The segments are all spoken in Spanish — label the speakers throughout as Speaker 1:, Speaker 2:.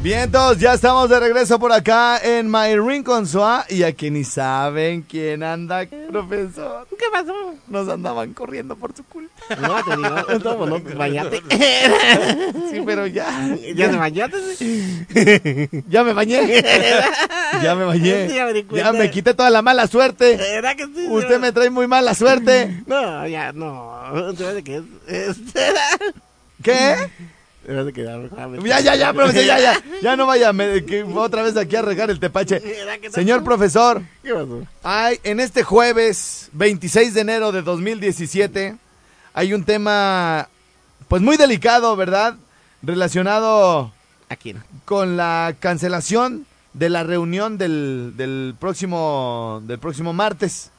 Speaker 1: Bien, todos, ya estamos de regreso por acá en My Ring con Soa y aquí ni saben quién anda, profesor. ¿Qué pasó? Nos andaban corriendo por su culpa.
Speaker 2: No, te digo, no, no, pues bañate.
Speaker 1: Sí, pero ya,
Speaker 2: Ya te bañaste. sí.
Speaker 1: ya me bañé. Ya me bañé.
Speaker 2: Sí, ya me di
Speaker 1: Ya
Speaker 2: cuenta.
Speaker 1: me quité toda la mala suerte.
Speaker 2: ¿Verdad que sí?
Speaker 1: Usted me trae muy mala suerte.
Speaker 2: No, ya, no. Se me hace que es. Este.
Speaker 1: ¿Qué?
Speaker 2: Se me hace que ya, mejor me-
Speaker 1: Ya, ya, ya, profesor, ya, ya. Ya no vaya me- que otra vez aquí a regar el tepache.
Speaker 2: ¿Verdad que no?
Speaker 1: Señor profesor,
Speaker 2: ¿Qué pasó?
Speaker 1: hay, en este jueves 26 de enero de 2017 hay un tema pues muy delicado, ¿verdad? Relacionado
Speaker 2: ¿A quién?
Speaker 1: con la cancelación de la reunión del, del próximo del próximo martes.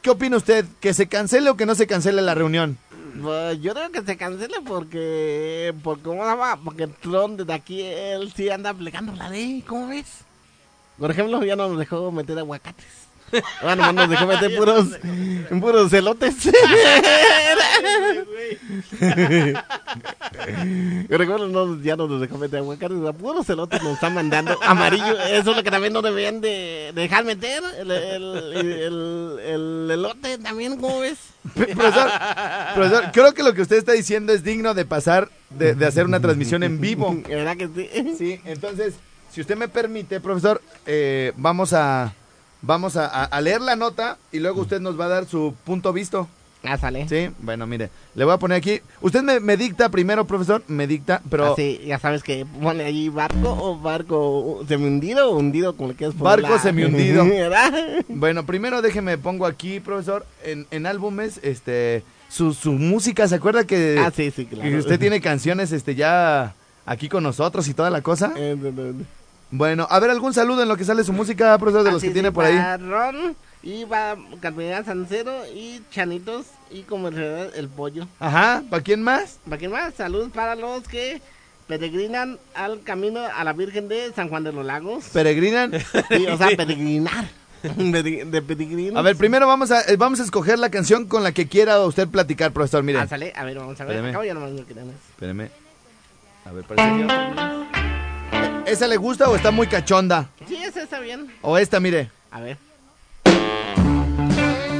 Speaker 1: ¿Qué opina usted? ¿Que se cancele o que no se cancele la reunión?
Speaker 2: Pues yo creo que se cancela porque. porque ¿Cómo se llama? Porque el Tron desde aquí él sí anda aplicando la ley. ¿Cómo ves? Por ejemplo, ya no nos dejó meter aguacates. Bueno, no nos dejó meter puros. puros celotes. Recuerdo, no, ya no nos dejó meter aguacates, a puros celotes nos están mandando amarillo. Eso es lo que también no debían de dejar meter. El, el, el- el elote también, ¿cómo ves?
Speaker 1: Profesor, profesor, creo que lo que usted está diciendo es digno de pasar, de, de hacer una transmisión en vivo.
Speaker 2: ¿Verdad que sí?
Speaker 1: Sí, entonces, si usted me permite, profesor, eh, vamos a vamos a, a- a leer la nota y
Speaker 2: Mm.
Speaker 1: luego usted nos va a dar su punto visto.
Speaker 2: Ah, sale.
Speaker 1: Sí, bueno, mire, le voy a poner aquí. Usted me, me dicta primero, profesor, me dicta, pero
Speaker 2: Así, ya sabes que pone ahí barco o barco semi-hundido o hundido, como le quieras poner.
Speaker 1: Barco semihundido.
Speaker 2: ¿Verdad?
Speaker 1: bueno, primero déjeme pongo aquí, profesor, en, en álbumes, este, su, su música, ¿se acuerda que,
Speaker 2: Ah, sí, sí, claro.
Speaker 1: que usted tiene canciones, este, ya aquí con nosotros y toda la cosa?
Speaker 2: Eh, no, no, no.
Speaker 1: Bueno, a ver, algún saludo en lo que sale su música, profesor, de los
Speaker 2: Así
Speaker 1: que tiene
Speaker 2: Ah, sí,
Speaker 1: por ahí.
Speaker 2: va Ron, y va Carmelina Sancero y Chanitos y como en realidad el pollo.
Speaker 1: Ajá, ¿para quién más?
Speaker 2: ¿Para quién más? Salud para los que peregrinan al camino a la Virgen de San Juan de los Lagos.
Speaker 1: Peregrinan.
Speaker 2: Sí, o sea, peregrinar. De, de peregrinos.
Speaker 1: A ver, primero vamos a, eh, vamos a escoger la canción con la que quiera usted platicar, profesor. Mire.
Speaker 2: Ah, sale. A ver, vamos a ver.
Speaker 1: Espérame.
Speaker 2: Acabo ya nomás lo que tenemos.
Speaker 1: Espéreme. A ver, parece que- ¿Esa le gusta o está muy cachonda?
Speaker 2: Sí, esa está bien.
Speaker 1: O esta, mire.
Speaker 2: A ver.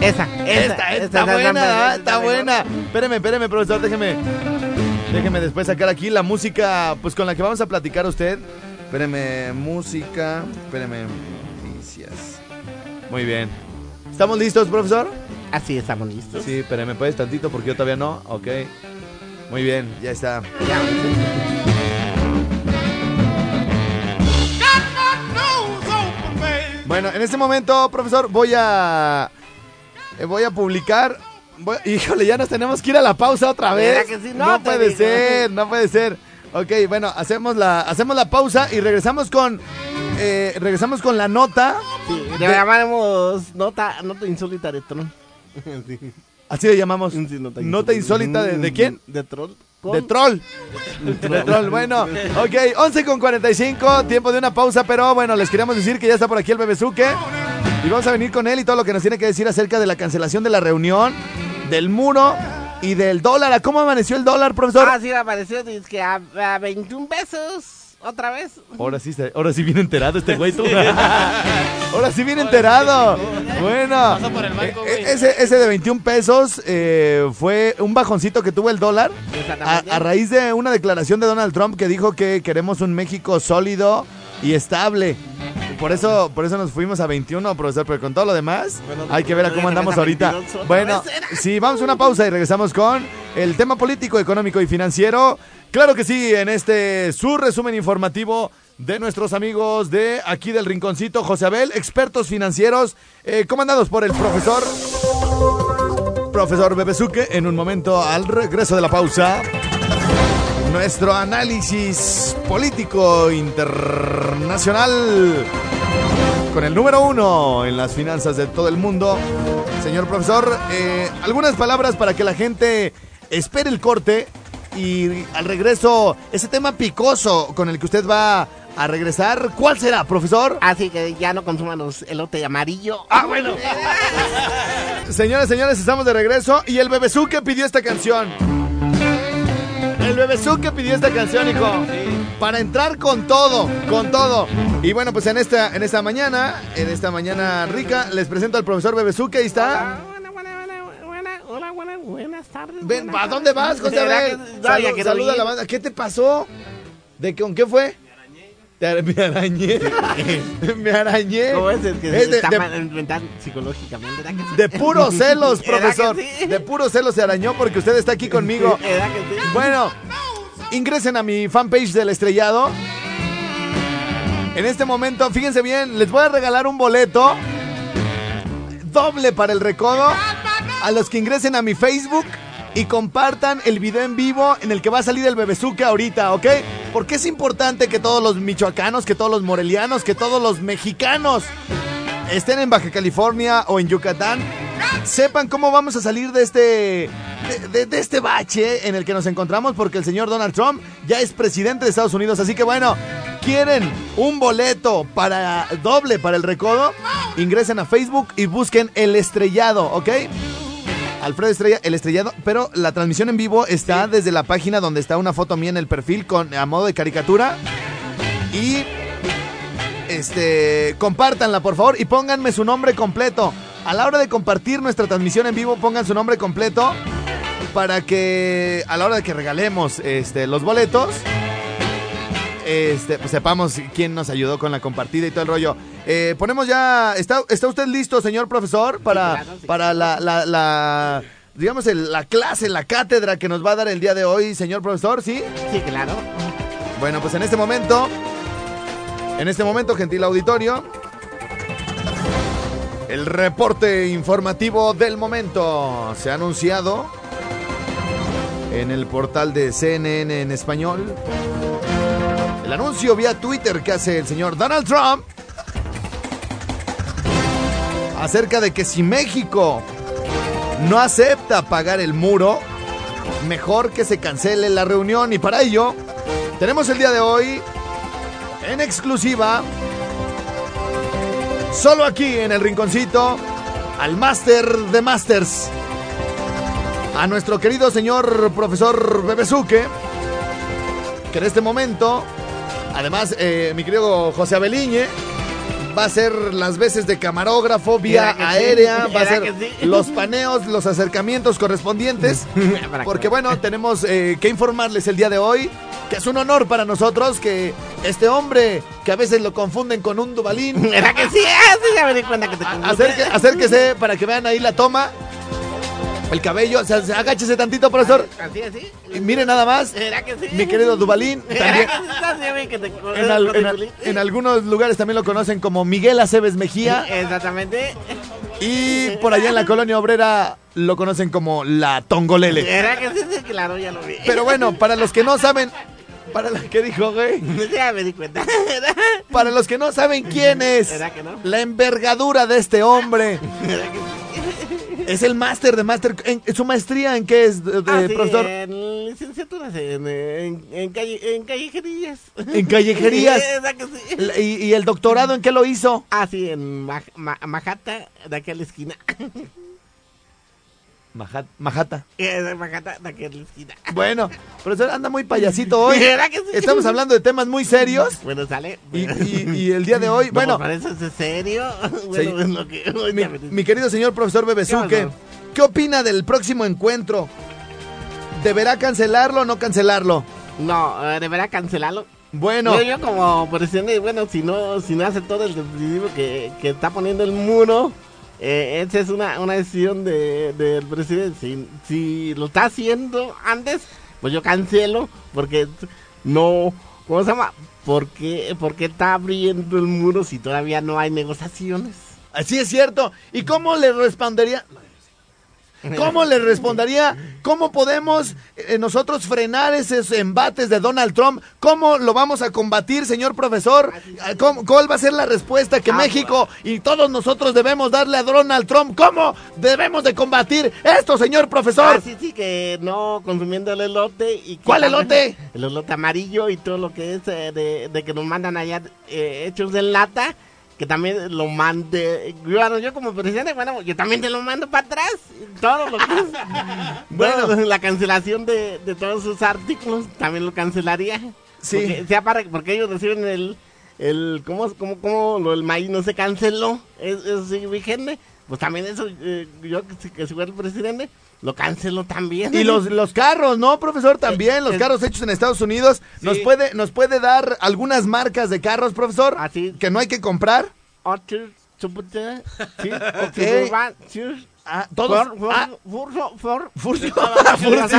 Speaker 2: Esa, esa,
Speaker 1: Esta,
Speaker 2: esa,
Speaker 1: está
Speaker 2: esa,
Speaker 1: buena,
Speaker 2: esa,
Speaker 1: ah,
Speaker 2: esa,
Speaker 1: está
Speaker 2: esa,
Speaker 1: buena. Espéreme, espéreme, profesor, déjeme. Déjeme después sacar aquí la música, pues con la que vamos a platicar usted. Espéreme, música. Espéreme, noticias. Muy bien. ¿Estamos listos, profesor?
Speaker 2: Así estamos listos.
Speaker 1: Sí, espéreme, puedes tantito porque yo todavía no. Ok. Muy bien, ya está.
Speaker 2: Ya,
Speaker 1: Bueno, en este momento, profesor, voy a. eh, Voy a publicar. voy- híjole, ya nos tenemos que ir a la pausa otra vez.
Speaker 2: ¿Verdad que sí? No, te
Speaker 1: puede
Speaker 2: digo.
Speaker 1: ser, no puede ser. Ok, bueno, hacemos la, hacemos la pausa y regresamos con. eh, regresamos con la nota.
Speaker 2: sí, le llamaremos nota, nota insólita de Tron. Sí,
Speaker 1: Así le llamamos.
Speaker 2: sí, nota, Mm,
Speaker 1: Nota insólita de, ¿de quién?
Speaker 2: De Tron. con-
Speaker 1: De troll. De troll, bueno. Ok, 11 con 45, tiempo de una pausa, pero bueno, les queríamos decir que ya está por aquí el Bebezuque. Y vamos a venir con él y todo lo que nos tiene que decir acerca de la cancelación de la reunión, del muro y del dólar. ¿A ¿Cómo amaneció el dólar, profesor?
Speaker 2: Ah, sí, apareció, dice que a, a 21 pesos. otra vez.
Speaker 1: Ahora sí, se- ahora sí viene enterado este güey, tú. ahora sí viene enterado. Bueno.
Speaker 3: Pasó por el banco,
Speaker 1: e-
Speaker 3: güey.
Speaker 1: e- Ese, ese de 21 pesos eh, fue un bajoncito que tuvo el dólar a, a raíz de una declaración de Donald Trump que dijo que queremos un México sólido y estable. Por eso, por eso nos fuimos a 21, profesor, pero con todo lo demás
Speaker 2: Bueno,
Speaker 1: hay que ver a cómo
Speaker 2: oigan,
Speaker 1: andamos
Speaker 2: ¿esa
Speaker 1: ahorita.
Speaker 2: 22 otra
Speaker 1: Bueno,
Speaker 2: vez era?
Speaker 1: sí, vamos a una pausa y regresamos con el tema político, económico y financiero. Claro que sí, en este su resumen informativo de nuestros amigos de aquí del Rinconcito, José Abel, expertos financieros, eh, comandados por el profesor Profesor Bebezuque, en un momento al regreso de la pausa, nuestro análisis político internacional con el número uno en las finanzas de todo el mundo. Señor profesor, eh, algunas palabras para que la gente espere el corte y al regreso, ese tema picoso con el que usted va a regresar, ¿cuál será, profesor?
Speaker 2: Así que ya no consuman los elote amarillo.
Speaker 1: Ah, bueno. Señoras, señores, estamos de regreso y el Bebezuque pidió esta canción. El Bebezuque pidió esta canción, hijo. Para entrar con todo, con todo. Y bueno, pues en esta, en esta mañana, en esta mañana rica, les presento al profesor Bebezuque. Ahí está.
Speaker 2: Ah, buena, buena, buena, buena, hola, buena, buenas tardes.
Speaker 1: Ven,
Speaker 2: buenas
Speaker 1: ¿a dónde vas,
Speaker 2: tardes.
Speaker 1: José Abel?
Speaker 2: No, ya
Speaker 1: Salu-
Speaker 2: quiero
Speaker 1: saluda a
Speaker 2: ir.
Speaker 1: la banda. ¿Qué te pasó? ¿De qué- con qué fue? Te ara- Me arañé. Me arañé.
Speaker 2: ¿Cómo es? el que
Speaker 1: Es de-
Speaker 2: está
Speaker 1: de-
Speaker 2: mal mental psicológicamente. ¿verdad que sí?
Speaker 1: De puros celos,
Speaker 2: ¿Verdad que
Speaker 1: profesor.
Speaker 2: sí?
Speaker 1: De puros celos se arañó porque usted está aquí conmigo.
Speaker 2: ¿Verdad que sí?
Speaker 1: Bueno, ingresen a mi fanpage del estrellado. En este momento, fíjense bien, les voy a regalar un boleto doble para el recodo a los que ingresen a mi Facebook y compartan el video en vivo en el que va a salir el bebezuque ahorita, ¿ok? Porque es importante que todos los michoacanos, que todos los morelianos, que todos los mexicanos estén en Baja California o en Yucatán, sepan cómo vamos a salir de este de, de- de este bache en el que nos encontramos porque el señor Donald Trump ya es presidente de Estados Unidos, así que bueno, quieren un boleto para doble para el recodo, ingresen a Facebook y busquen El Estrellado, ¿ok? Alfredo Estrella, el estrellado, pero la transmisión en vivo está desde la página donde está una foto mía en el perfil con a modo de caricatura y este, compártanla por favor y pónganme su nombre completo. A la hora de compartir nuestra transmisión en vivo, pongan su nombre completo para que a la hora de que regalemos este, los boletos, este, pues, sepamos quién nos ayudó con la compartida y todo el rollo. Eh, ponemos ya, ¿está, está usted listo, señor profesor, para,
Speaker 2: claro, sí.
Speaker 1: para la, la- la- digamos, el- la clase, la cátedra que nos va a dar el día de hoy, señor profesor? Sí.
Speaker 2: Sí, claro.
Speaker 1: Bueno, pues en este momento, en este momento, gentil auditorio, el reporte informativo del momento se ha anunciado en el portal de CNN en español. El anuncio vía Twitter que hace el señor Donald Trump acerca de que si México no acepta pagar el muro, mejor que se cancele la reunión y para ello tenemos el día de hoy en exclusiva solo aquí en el rinconcito al máster de masters a nuestro querido señor profesor Bebezuque que en este momento además eh, mi querido José Abeliñe va a hacer las veces de camarógrafo vía
Speaker 2: ¿Era que sí?
Speaker 1: aérea va
Speaker 2: ¿Era
Speaker 1: a hacer
Speaker 2: que sí?
Speaker 1: los paneos los acercamientos correspondientes
Speaker 2: Para
Speaker 1: porque
Speaker 2: que-
Speaker 1: bueno, tenemos eh, que informarles el día de hoy que es un honor para nosotros que este hombre, que a veces lo confunden con un Dubalín,
Speaker 2: ¿Verdad que sí? Ah, sí, ya me di cuenta que te
Speaker 1: a- acerque- acérquese para que vean ahí la toma. El cabello, o sea, se- agáchese tantito, profesor.
Speaker 2: Así, así.
Speaker 1: Y mire nada más,
Speaker 2: ¿Será que sí?
Speaker 1: mi querido Dubalín.
Speaker 2: ¿Será
Speaker 1: También,
Speaker 2: que sí estás ya ven que te
Speaker 1: en, al- en al- en algunos lugares también lo conocen como Miguel Aceves Mejía.
Speaker 2: Exactamente.
Speaker 1: Y por allá en la colonia obrera lo conocen como la Tongolele.
Speaker 2: ¿Será que sí? Sí, claro, ya lo vi.
Speaker 1: Pero bueno, para los que no saben, para los que dijo, güey.
Speaker 2: Ya me di cuenta.
Speaker 1: Para los que no saben quién es,
Speaker 2: ¿Verdad que no?
Speaker 1: la envergadura de este hombre. Es el máster de máster. ¿En- ¿Su maestría en qué es, de- de,
Speaker 2: Ah, sí,
Speaker 1: profesor?
Speaker 2: En licenciaturas, en, en, en, calle, en callejerías.
Speaker 1: En callejerías.
Speaker 2: ¿Verdad que sí?
Speaker 1: La- ¿Y, y el doctorado en qué lo hizo?
Speaker 2: Ah, sí, en Maj- Ma- Majata, de aquí a la esquina.
Speaker 1: Majat- Majata.
Speaker 2: Eh, de Macata, de aquí en la esquina.
Speaker 1: Bueno, profesor, anda muy payasito hoy.
Speaker 2: ¿Verdad que sí?
Speaker 1: Estamos hablando de temas muy serios.
Speaker 2: Bueno, sale.
Speaker 1: Y, y- y el día de hoy, bueno,
Speaker 2: ¿Parece serio? Bueno,
Speaker 1: Sí.
Speaker 2: es lo que. hoy
Speaker 1: mi,
Speaker 2: te apetece.
Speaker 1: mi querido señor profesor
Speaker 2: ¿Qué
Speaker 1: Bebezuque,
Speaker 2: pasó?
Speaker 1: ¿qué opina del próximo encuentro? ¿Deberá cancelarlo o no cancelarlo?
Speaker 2: No, eh, deberá cancelarlo.
Speaker 1: Bueno,
Speaker 2: Yo, yo como presidente, bueno, si no, si no hace todo el principio que, que está poniendo el muro, eh, esa es una, una decisión de- del presidente. Si, si lo está haciendo antes, pues yo cancelo, porque no, ¿cómo se llama? Porque, porque está abriendo el muro si todavía no hay negociaciones.
Speaker 1: así es cierto. ¿Y cómo le respondería? ¿Cómo le respondería? ¿Cómo podemos eh, nosotros frenar esos embates de Donald Trump? ¿Cómo lo vamos a combatir, señor profesor? Ah, ¿Cómo- ¿Cuál va a ser la respuesta que
Speaker 2: Ah,
Speaker 1: México y todos nosotros debemos darle a Donald Trump? ¿Cómo debemos de combatir esto, señor
Speaker 2: Ah,
Speaker 1: profesor?
Speaker 2: sí, sí, que no consumiendo el elote. Y que
Speaker 1: ¿Cuál
Speaker 2: también-
Speaker 1: elote?
Speaker 2: El elote amarillo y todo lo que es eh, de, de que nos mandan allá eh, hechos de lata. Que también lo mande. Bueno, yo como presidente, bueno, yo también te lo mando para atrás. Todo lo que es.
Speaker 1: Bueno.
Speaker 2: bueno, la cancelación de, de todos sus artículos también lo cancelaría.
Speaker 1: Sí.
Speaker 2: Porque, sea para, porque ellos reciben el. el ¿Cómo, cómo, cómo lo del maíz no se canceló? Es, es sigue vigente. Pues también eso, eh, yo que si- que si fuera el presidente, lo cancelo también.
Speaker 1: Y los, los carros, ¿no, profesor? También, los
Speaker 2: eh,
Speaker 1: carros hechos en Estados Unidos. ¿Nos,
Speaker 2: Sí.
Speaker 1: puede, ¿Nos puede dar algunas marcas de carros, profesor?
Speaker 2: Así.
Speaker 1: Que no hay que comprar.
Speaker 2: Otter, Chupete, sí,
Speaker 1: Ok.
Speaker 2: Suburban, sí,
Speaker 1: Ah,
Speaker 2: For- For-
Speaker 1: ah,
Speaker 2: Furso, For-
Speaker 1: Furcio.
Speaker 2: Furcio.
Speaker 1: Furcio.
Speaker 2: Sí,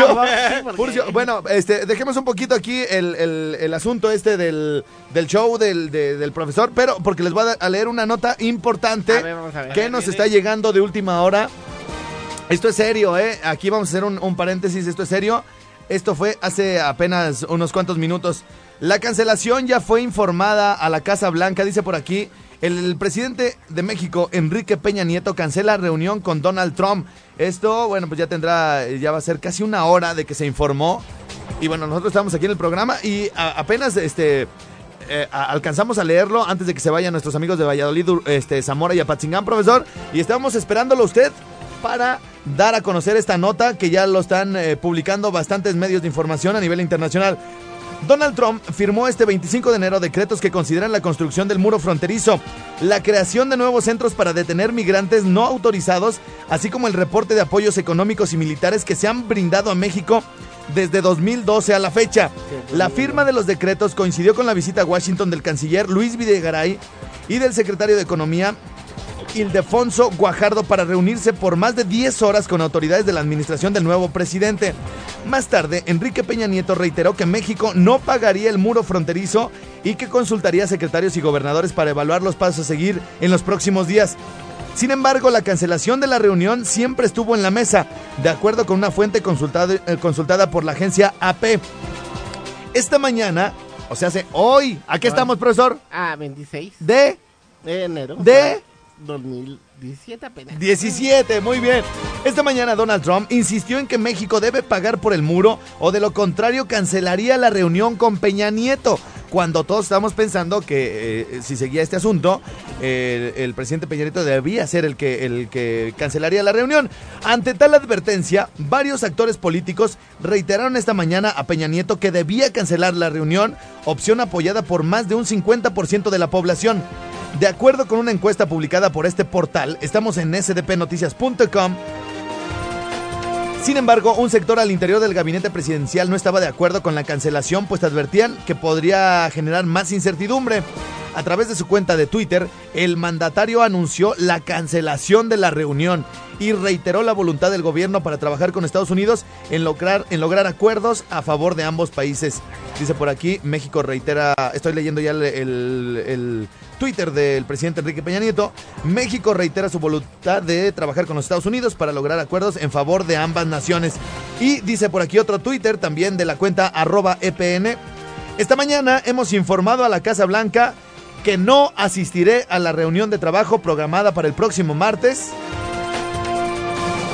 Speaker 2: porque-
Speaker 1: Furcio, bueno, este, dejemos un poquito aquí el, el- el asunto este del, del show del, de- del profesor, pero porque les voy a, dar- a leer una nota importante
Speaker 2: A ver, vamos a ver.
Speaker 1: que nos está llegando de última hora. Esto es serio, ¿eh? Aquí vamos a hacer un, un paréntesis, esto es serio. Esto fue hace apenas unos cuantos minutos. La cancelación ya fue informada a la Casa Blanca, dice por aquí. El, el presidente de México, Enrique Peña Nieto, cancela reunión con Donald Trump. Esto, bueno, pues ya tendrá, ya va a ser casi una hora de que se informó. Y bueno, nosotros estamos aquí en el programa y a- apenas este eh, a- alcanzamos a leerlo antes de que se vayan nuestros amigos de Valladolid, Ur- este, Zamora y Apatzingán, profesor. Y estábamos esperándolo a usted para dar a conocer esta nota que ya lo están eh, publicando bastantes medios de información a nivel internacional. Donald Trump firmó este 25 de enero decretos que consideran la construcción del muro fronterizo, la creación de nuevos centros para detener migrantes no autorizados, así como el reporte de apoyos económicos y militares que se han brindado a México desde 2012 a la fecha. La firma de los decretos coincidió con la visita a Washington del canciller Luis Videgaray y del secretario de Economía Ildefonso Guajardo para reunirse por más de 10 horas con autoridades de la administración del nuevo presidente. Más tarde, Enrique Peña Nieto reiteró que México no pagaría el muro fronterizo y que consultaría a secretarios y gobernadores para evaluar los pasos a seguir en los próximos días. Sin embargo, la cancelación de la reunión siempre estuvo en la mesa, de acuerdo con una fuente consultada, eh, consultada por la agencia AP. Esta mañana, o sea, hace hoy, ¿a qué estamos, profesor?
Speaker 2: Ah, 26
Speaker 1: De
Speaker 2: de enero.
Speaker 1: De-
Speaker 2: 2017 apenas.
Speaker 1: 17, muy bien. Esta mañana Donald Trump insistió en que México debe pagar por el muro o de lo contrario cancelaría la reunión con Peña Nieto. Cuando todos estábamos pensando que eh, si seguía este asunto, eh, el, el presidente Peña Nieto debía ser el que, el que cancelaría la reunión. Ante tal advertencia, varios actores políticos reiteraron esta mañana a Peña Nieto que debía cancelar la reunión, opción apoyada por más de un 50% de la población. De acuerdo con una encuesta publicada por este portal, estamos en sdpnoticias.com. Sin embargo, un sector al interior del gabinete presidencial no estaba de acuerdo con la cancelación, pues advertían que podría generar más incertidumbre. A través de su cuenta de Twitter, el mandatario anunció la cancelación de la reunión y reiteró la voluntad del gobierno para trabajar con Estados Unidos en lograr, en lograr acuerdos a favor de ambos países. Dice por aquí, México reitera, estoy leyendo ya el, el- el Twitter del presidente Enrique Peña Nieto, México reitera su voluntad de trabajar con los Estados Unidos para lograr acuerdos en favor de ambas naciones. Y dice por aquí otro Twitter también de la cuenta arroba EPN. Esta mañana hemos informado a la Casa Blanca que no asistiré a la reunión de trabajo programada para el próximo martes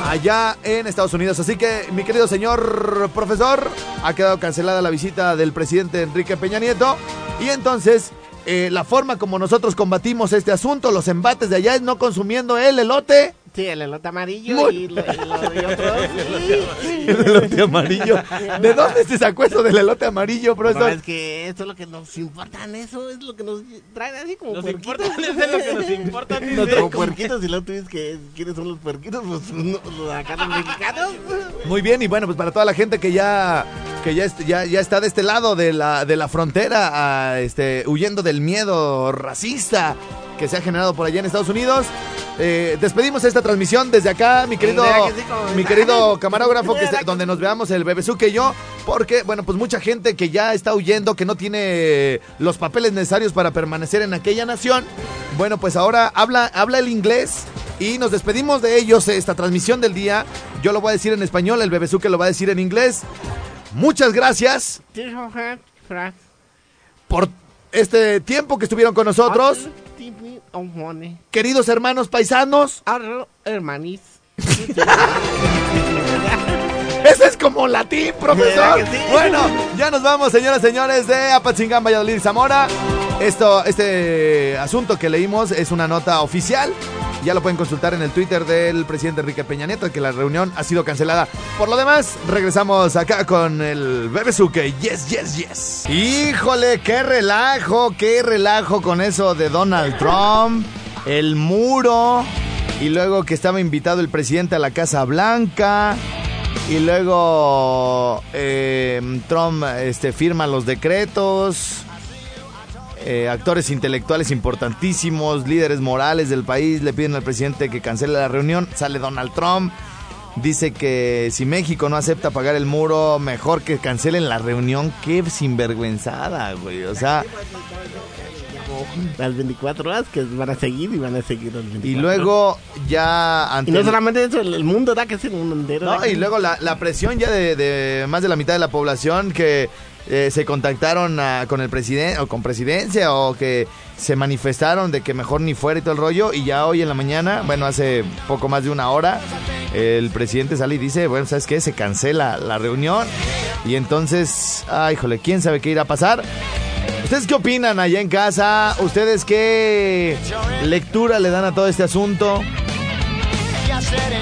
Speaker 1: allá en Estados Unidos. Así que, mi querido señor profesor, ha quedado cancelada la visita del presidente Enrique Peña Nieto. Y entonces, eh, la forma como nosotros combatimos este asunto, los embates de allá, es no consumiendo el elote
Speaker 2: Sí, el elote amarillo y, lo- y lo- y otros. Sí.
Speaker 1: El elote amarillo. ¿De dónde se sacó eso del elote amarillo,
Speaker 2: Pero
Speaker 1: profesor?
Speaker 2: es que esto es lo que nos importan, eso es lo que nos traen así como
Speaker 3: Nos
Speaker 2: puerquitos.
Speaker 3: importan, es de lo que nos importan. dice.
Speaker 2: Nos traen como puerquitos y luego tú dices que quiénes son los puerquitos, pues no, los acá los mexicanos.
Speaker 1: Muy bien, y bueno, pues para toda la gente que ya que ya, est- ya, ya está de este lado de la, de la frontera, ah, este, huyendo del miedo racista que se ha generado por allá en Estados Unidos, eh, despedimos esta transmisión desde acá, mi querido,
Speaker 2: Mira que sí, como-
Speaker 1: mi querido camarógrafo, que
Speaker 2: Mira
Speaker 1: esté-
Speaker 2: que-
Speaker 1: donde nos veamos el Bebesuque y yo, porque, bueno, pues mucha gente que ya está huyendo, que no tiene los papeles necesarios para permanecer en aquella nación, bueno, pues ahora habla, habla el inglés y nos despedimos de ellos esta transmisión del día. Yo lo voy a decir en español, el Bebesuque lo va a decir en inglés. Muchas gracias por este tiempo que estuvieron con
Speaker 2: Ah,
Speaker 1: nosotros. Queridos hermanos paisanos,
Speaker 2: Arro, hermanis.
Speaker 1: Eso es como latín,
Speaker 2: ¿Verdad
Speaker 1: profesor.
Speaker 2: que sí?
Speaker 1: Bueno, ya nos vamos, señoras y señores, de Apatzingán, Valladolid, Zamora. Esto, este asunto que leímos es una nota oficial. Ya lo pueden consultar en el Twitter del presidente Enrique Peña Nieto, que la reunión ha sido cancelada. Por lo demás, regresamos acá con el Bebesuke. Yes, yes, yes. Híjole, qué relajo, qué relajo con eso de Donald Trump, el muro, y luego que estaba invitado el presidente a la Casa Blanca. Y luego eh, Trump este, firma los decretos. Eh, actores intelectuales importantísimos, líderes morales del país le piden al presidente que cancele la reunión. Sale Donald Trump. Dice que si México no acepta pagar el muro, mejor que cancelen la reunión. Qué sinvergüenzada, güey. O sea,
Speaker 2: Las 24 horas que van a seguir y van a seguir las 24
Speaker 1: y luego ya
Speaker 2: Y
Speaker 1: ante
Speaker 2: no
Speaker 1: el-
Speaker 2: solamente eso, el, el mundo da que es el mundo entero.
Speaker 1: No,
Speaker 2: da que-
Speaker 1: y luego la, la presión ya de, de más de la mitad de la población que eh, se contactaron a- con el presidente o con presidencia o que se manifestaron de que mejor ni fuera y todo el rollo. Y ya hoy en la mañana, bueno, hace poco más de una hora, el presidente sale y dice, bueno, ¿sabes qué? Se cancela la reunión. Y entonces, ay, híjole, ¿quién sabe qué irá a pasar? ¿Ustedes qué opinan allá en casa? ¿Ustedes qué lectura le dan a todo este asunto?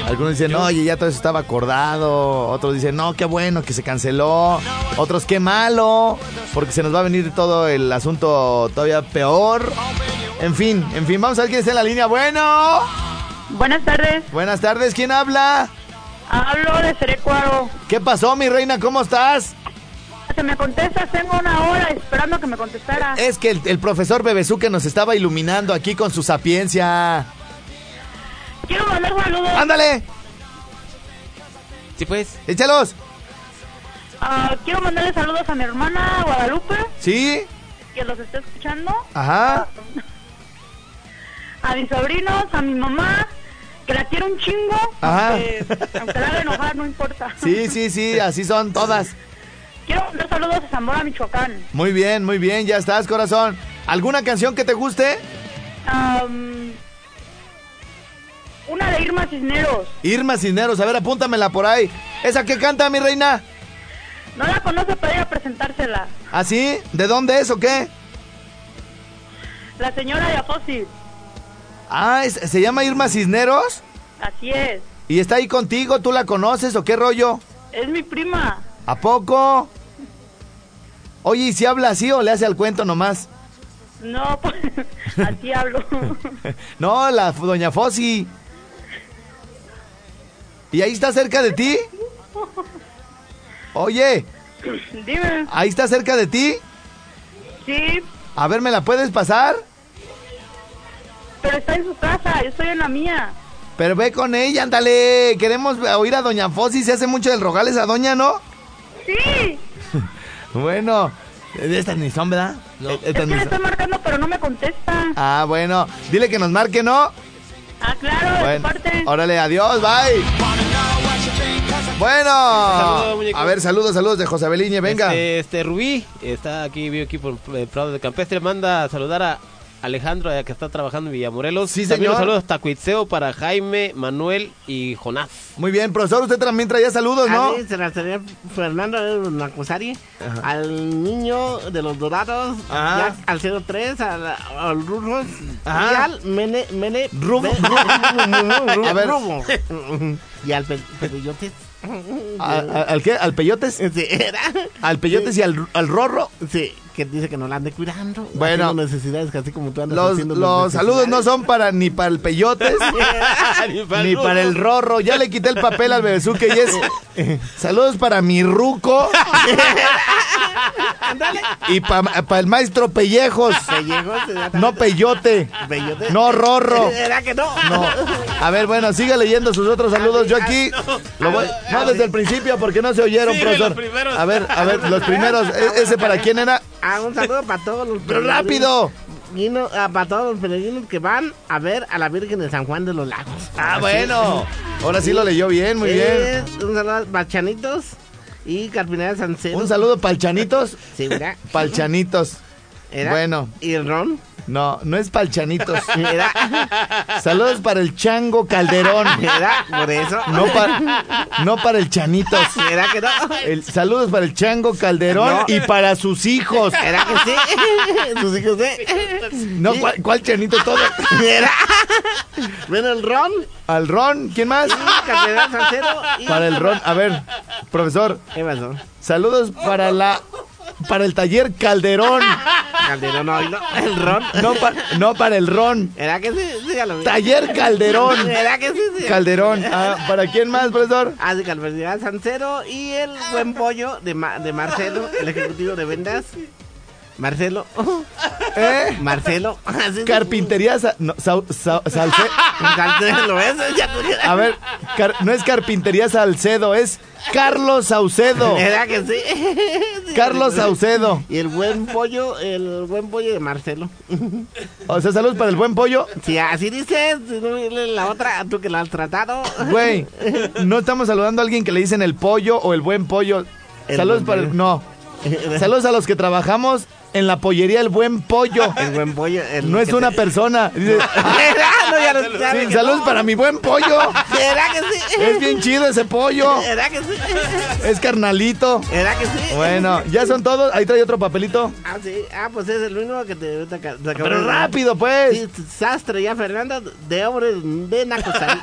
Speaker 1: Algunos dicen, oye, ya todo eso estaba acordado. Otros dicen, no, qué bueno que se canceló. Otros, qué malo, porque se nos va a venir todo el asunto todavía peor. En fin, en fin, vamos a ver quién está en la línea. Bueno,
Speaker 4: Buenas tardes,
Speaker 1: buenas tardes, ¿quién habla?
Speaker 4: hablo de Cerecuaro.
Speaker 1: ¿Qué pasó, mi reina? ¿Cómo estás?
Speaker 4: Se me contestas, tengo una hora esperando que me contestara.
Speaker 1: Es que el, el profesor Bebesuque nos estaba iluminando aquí con su sapiencia.
Speaker 4: Quiero mandar saludos
Speaker 1: ¡Ándale!
Speaker 3: Sí, pues.
Speaker 1: ¡Échalos!
Speaker 4: Ah, quiero mandarle saludos a mi hermana Guadalupe,
Speaker 1: ¿Sí?
Speaker 4: que los está escuchando,
Speaker 1: Ah. Ajá.
Speaker 4: a mis sobrinos, a mi mamá, que la quiero un chingo,
Speaker 1: Ajá.
Speaker 4: aunque, aunque la haga enojar, no importa.
Speaker 1: Ah. Sí, sí, sí, así son todas.
Speaker 4: Quiero mandar saludos a Zamora, Michoacán.
Speaker 1: Muy bien, muy bien, ya estás, corazón. ¿Alguna canción que te guste?
Speaker 4: Am, una de Irma Cisneros,
Speaker 1: Irma Cisneros, a ver, apúntamela por ahí. ¿Esa que canta, mi reina?
Speaker 4: no la conoce para ir a presentársela,
Speaker 1: ¿Ah, sí? ¿De dónde es o qué?
Speaker 4: la señora de Afosi,
Speaker 1: Ah, es- se llama Irma Cisneros
Speaker 4: así es,
Speaker 1: y está ahí contigo, ¿tú la conoces o qué rollo?
Speaker 4: es mi prima.
Speaker 1: ¿A poco? Oye, ¿y si habla así o le hace al cuento nomás?
Speaker 4: No, pues, así hablo.
Speaker 1: No, la f- doña Fossi. ¿Y ahí está cerca de ti? Oye,
Speaker 4: Dime,
Speaker 1: ¿ahí está cerca de ti?
Speaker 4: sí,
Speaker 1: A ver, ¿me la puedes pasar?
Speaker 4: pero está en su casa, yo estoy en la mía.
Speaker 1: Pero ve con ella, ándale. Queremos oír a Doña Fossi. Se hace mucho del rogales a Doña, ¿no?
Speaker 4: Sí,
Speaker 1: Bueno, estas ni son, ¿verdad? Eh,
Speaker 4: es
Speaker 1: Estas
Speaker 4: que
Speaker 1: ni
Speaker 4: le
Speaker 1: son.
Speaker 4: estoy marcando, pero no me contesta.
Speaker 1: Ah, bueno. Dile que nos marque, ¿no?
Speaker 4: Ah, claro, de su
Speaker 1: Bueno,
Speaker 4: parte.
Speaker 1: órale, adiós, bye. Bueno,
Speaker 3: Saludos, muñeco.
Speaker 1: a ver, saludos, saludos de José Beliñe, venga.
Speaker 3: Este, este Rubí está aquí, vivo aquí por eh, Prado de Campestre. Manda a saludar a, Alejandro, eh, que está trabajando en Villamorelos.
Speaker 1: Sí,
Speaker 3: También un
Speaker 1: señor.
Speaker 3: saludo hasta Cuitseo para Jaime, Manuel y Jonás.
Speaker 1: Muy bien, profesor, usted también traía saludos, ¿no?
Speaker 2: A mí se la tenía Fernando Nacusari,
Speaker 1: Ajá. Ah.
Speaker 2: al niño de los dorados,
Speaker 1: Ajá.
Speaker 2: Jack, al 03, al, al Rufus
Speaker 1: Ajá.
Speaker 2: y al Mene. Mene
Speaker 1: Rufo.
Speaker 2: Ve- Ru-
Speaker 1: A ver.
Speaker 2: Rufo. y al Pe- Perillotes.
Speaker 1: A- a- ¿Al qué? ¿Al peyotes?
Speaker 2: Sí, era.
Speaker 1: ¿Al peyotes y al, al rorro?
Speaker 2: Sí, que dice que no la ande cuidando.
Speaker 1: Bueno.
Speaker 2: haciendo necesidades que así como tú andas
Speaker 1: Los,
Speaker 2: haciendo
Speaker 1: los saludos no son para ni para el peyotes
Speaker 3: ni
Speaker 1: ni para el rorro. Ya le quité el papel al bebesuque y es saludos para mi ruco y para el maestro Pellejos. No peyote,
Speaker 2: Perillotes.
Speaker 1: no rorro.
Speaker 2: ¿Era que no?
Speaker 1: No. A ver, bueno, siga leyendo sus otros saludos. Yo aquí. lo voy- no desde el principio porque no se oyeron,
Speaker 3: Sí,
Speaker 1: profesor.
Speaker 3: los primeros.
Speaker 1: A ver, a ver, los primeros. E- ¿Ese para quién era?
Speaker 2: Ah, un saludo para todos los
Speaker 1: Pero
Speaker 2: peregrinos-
Speaker 1: rápido.
Speaker 2: vino- ah, para todos los peregrinos que van a ver a la Virgen de San Juan de los Lagos.
Speaker 1: Ah, bueno. Ahora sí lo leyó bien, muy bien.
Speaker 2: Es un saludo para Chanitos y Carpinera Sancero.
Speaker 1: Un saludo para el Chanitos.
Speaker 2: Sí, mira.
Speaker 1: Para el Chanitos.
Speaker 2: Era.
Speaker 1: Bueno.
Speaker 2: Y el Ron.
Speaker 1: No, no es para el Chanitos.
Speaker 2: Era.
Speaker 1: Saludos para el Chango Calderón.
Speaker 2: Era. Por eso.
Speaker 1: No para, no para el Chanitos.
Speaker 2: Era que no.
Speaker 1: El- saludos para el Chango Calderón
Speaker 2: No.
Speaker 1: y para sus hijos.
Speaker 2: Era que sí. Sus hijos ¿eh? sí.
Speaker 1: No, ¿cuál, cuál Chanito todo?
Speaker 2: Era. Bueno, el Ron.
Speaker 1: Al Ron, ¿quién más?
Speaker 2: y Carpinera Sancero. y-
Speaker 1: Para el Ron. A ver, profesor,
Speaker 2: ¿Qué pasó?
Speaker 1: saludos para la para el taller Calderón,
Speaker 2: Calderón, no, no. El Ron.
Speaker 1: no, pa- no para el Ron.
Speaker 2: ¿Era que sí? Dígalo. bien.
Speaker 1: Taller Calderón.
Speaker 2: ¿Era que sí? sí?
Speaker 1: Calderón. Ah, ¿Para quién más, profesor?
Speaker 2: Ah, de Calverdad Sancero y el buen pollo de, Ma- de Marcelo, el ejecutivo de ventas. Marcelo.
Speaker 1: ¿Eh?
Speaker 2: Marcelo. Así es.
Speaker 1: Carpintería sa- no, sau- sau- Salce-
Speaker 2: Marcelo, eso ya tuviera.
Speaker 1: A ver, car- no es Carpintería Salcedo, es Carlos Saucedo.
Speaker 2: ¿Era que sí? Sí,
Speaker 1: Carlos
Speaker 2: sí.
Speaker 1: Saucedo.
Speaker 2: Y el buen pollo, el buen pollo de Marcelo.
Speaker 1: O sea, saludos para el buen pollo.
Speaker 2: Si así dices, si no, dile la otra, tú que la has tratado.
Speaker 1: Güey, no estamos saludando a alguien que le dicen el pollo o el buen pollo.
Speaker 2: El
Speaker 1: saludos
Speaker 2: buen
Speaker 1: para el.
Speaker 2: pollo.
Speaker 1: No. Saludos a los que trabajamos en la pollería El Buen Pollo.
Speaker 2: El buen pollo. el
Speaker 1: No es
Speaker 2: que te-
Speaker 1: una persona. Dice,
Speaker 2: Era, no, ya lo
Speaker 1: "Sí,
Speaker 2: sabes que
Speaker 1: saludos
Speaker 2: no.
Speaker 1: para mi buen pollo.
Speaker 2: ¿Era que sí?
Speaker 1: Es bien chido ese pollo.
Speaker 2: ¿Era que sí?
Speaker 1: Es carnalito.
Speaker 2: ¿Era que sí?
Speaker 1: Bueno, ya son todos. Ahí trae otro papelito.
Speaker 2: Ah, sí. Ah, pues es el único que te, te, acabo de
Speaker 1: Pero
Speaker 2: dar.
Speaker 1: rápido,
Speaker 2: Sí,
Speaker 1: pues.
Speaker 2: sastre ya, Fernando, de obras de Nacosari.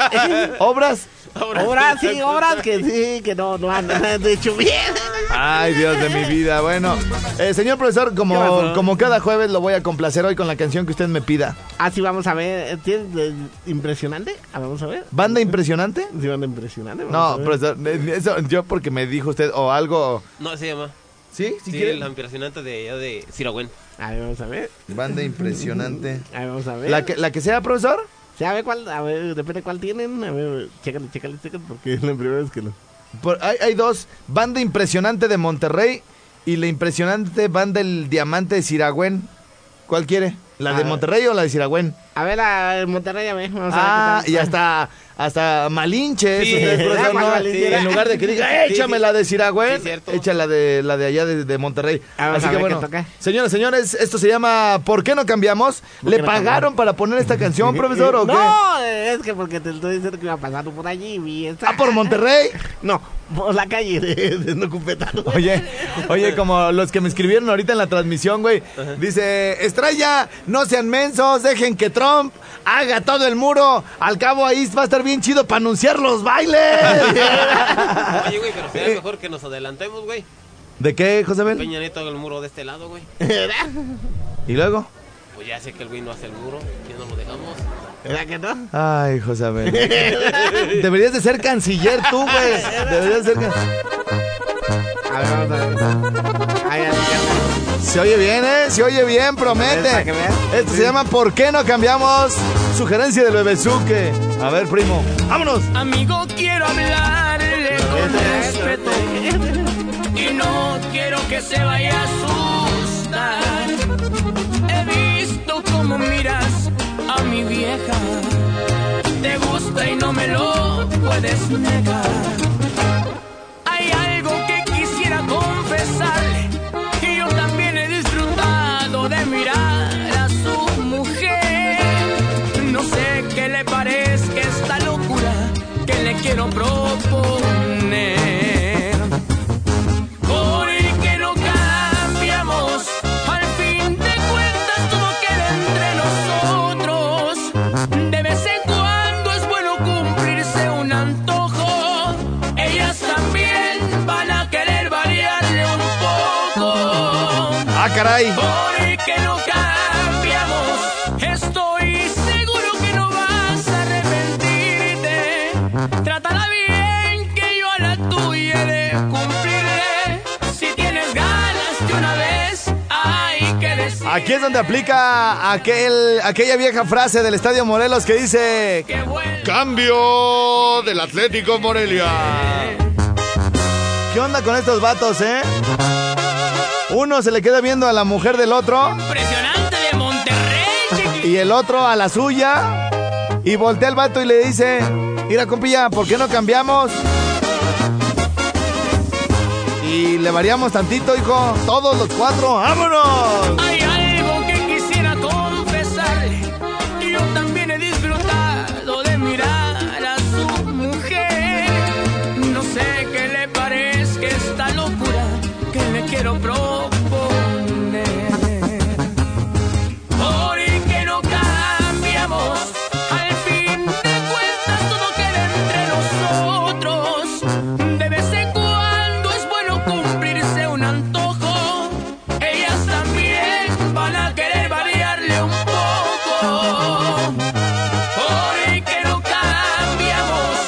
Speaker 1: Obras.
Speaker 2: obras, sí, obras que sí, que no, no han han hecho bien.
Speaker 1: Ay, Dios de mi vida. Bueno, eh, señor profesor,
Speaker 2: ¿Qué
Speaker 1: como,
Speaker 2: pasó?
Speaker 1: como cada jueves lo voy a complacer hoy con la canción que usted me pida.
Speaker 2: Así vamos a ver. ¿Tienes de- impresionante? Ah, vamos a ver.
Speaker 1: ¿Banda impresionante?
Speaker 2: Sí, van impresionante.
Speaker 1: No,
Speaker 2: vamos a ver.
Speaker 1: profesor, eh, eso, yo porque me dijo usted o algo.
Speaker 3: No, se llama.
Speaker 1: ¿Sí? ¿Sí,
Speaker 3: Sí,
Speaker 1: quiere?
Speaker 3: la impresionante de allá de "Ah, Siragüen.
Speaker 2: Ahí vamos a ver.
Speaker 1: Banda impresionante.
Speaker 2: Ahí vamos a ver.
Speaker 1: ¿La que, ¿La que sea, profesor?
Speaker 2: ¿Sabe cuál? A ver, depende cuál tienen. A ver, chécale, chécale, chécale, porque es la primera vez que lo.
Speaker 1: Por- hay, hay dos. Banda impresionante de Monterrey y la impresionante banda El Diamante de Siragüen. ¿Cuál quiere? ¿La de
Speaker 2: Ah.
Speaker 1: Monterrey o la de Siragüen?
Speaker 2: A ver, a en Monterrey, a ver. Vamos a
Speaker 1: Ah,
Speaker 2: ver qué tal.
Speaker 1: y hasta, hasta Malinche.
Speaker 3: Sí,
Speaker 1: ustedes, profesor,
Speaker 2: ¿verdad?
Speaker 1: ¿no?
Speaker 2: Malinche.
Speaker 1: En lugar de que diga,
Speaker 3: Sí,
Speaker 1: "Eh,
Speaker 3: sí.
Speaker 1: échame la de Siragüen,
Speaker 3: Sí, cierto.
Speaker 1: echa la de, la de allá de, de Monterrey.
Speaker 2: Ah, vamos
Speaker 1: Así
Speaker 2: a
Speaker 1: que
Speaker 2: ver
Speaker 1: bueno,
Speaker 2: qué toca.
Speaker 1: señores, señores, esto se llama ¿Por qué no cambiamos?
Speaker 2: ¿Por
Speaker 1: ¿Le
Speaker 2: qué no
Speaker 1: pagaron
Speaker 2: cambiamos?
Speaker 1: para poner esta canción, profesor, o qué?
Speaker 2: No, es que porque te estoy diciendo que iba pasando por allí y vi esa.
Speaker 1: Ah, por Monterrey.
Speaker 2: No, por la calle de, de Nocupetano.
Speaker 1: Oye, oye, como los que me escribieron ahorita en la transmisión, güey. Dice, Estrella, no sean mensos, dejen que Trump haga todo el muro. Al cabo ahí va a estar bien chido para anunciar los bailes.
Speaker 3: Oye, güey, pero sería mejor que nos adelantemos, güey.
Speaker 1: ¿De qué, Josabel?
Speaker 3: Peña Nieto haga el muro de este lado, güey.
Speaker 1: ¿Y luego?
Speaker 3: Pues ya sé que el güey no hace el muro, ya no lo dejamos.
Speaker 2: ¿Verdad que no?
Speaker 1: Ay, Josabel. Deberías de ser canciller tú, güey. Deberías de ser can-
Speaker 2: A ver, vamos a ver. Ahí, ahí, ahí.
Speaker 1: Se oye bien, ¿eh? Se oye bien,
Speaker 2: Para que
Speaker 1: promete.
Speaker 2: veas.
Speaker 1: Esto se llama ¿Por qué no cambiamos? Sugerencia del bebezuque. A ver, primo. ¡Vámonos!
Speaker 5: Amigo, quiero hablarle con respeto y no quiero que se vaya a asustar. He visto cómo miras a mi vieja. Te gusta y no me lo puedes negar. Hay algo que quisiera confesarle. Y yo también he disfrutado de mirar a su mujer.
Speaker 1: Ah, caray.
Speaker 5: porque no cambiamos. Estoy seguro que no vas a arrepentirte. Trátala bien, que yo a la tuya le cumpliré. Si tienes ganas de una vez, hay que decir.
Speaker 1: Aquí es donde aplica aquel, aquella vieja frase del Estadio Morelos que dice...
Speaker 5: que vuelve.
Speaker 6: Cambio del Atlético Morelia.
Speaker 1: ¿Qué onda con estos vatos, eh? Uno se le queda viendo a la mujer del otro
Speaker 5: Impresionante de Monterrey, chiqui.
Speaker 1: y el otro a la suya. Y voltea el vato y le dice... Mira, compilla, ¿por qué no cambiamos? Y le variamos tantito, hijo. Todos los cuatro, ¡vámonos!
Speaker 5: Hay algo que quisiera confesarle. Yo también he disfrutado de mirar a su mujer. No sé qué le parezca esta locura que le quiero proponer. Porque no cambiamos. Al fin de cuentas todo queda entre nosotros. De vez en cuando es bueno cumplirse un antojo. Ellas también van a querer variarle un poco. Porque no cambiamos.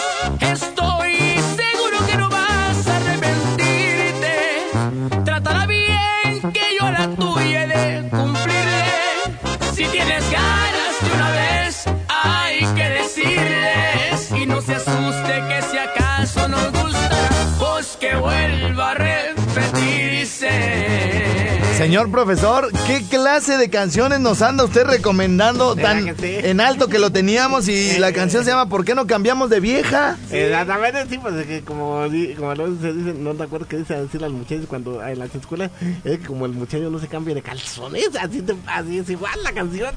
Speaker 5: Estoy seguro que no vas a arrepentirte. Trátala bien, que yo la tuya he de cumplirle. Si tienes ganas de una vez, hay que decirles. Y no se asuste que si acaso nos gustará, pues que vuelva a repetirse.
Speaker 1: Señor profesor, ¿qué clase de canciones nos anda usted recomendando
Speaker 2: ¿Verdad
Speaker 1: tan
Speaker 2: que sí?
Speaker 1: en alto que lo teníamos y la canción se llama ¿Por qué no cambiamos de vieja?
Speaker 2: Eh, Exactamente, sí, pues es que como, di- como luego se dice, no te acuerdas que dicen decir a los muchachos cuando ah, en las escuelas, es que como el muchacho no se cambia de calzones, así, te- así es igual la canción.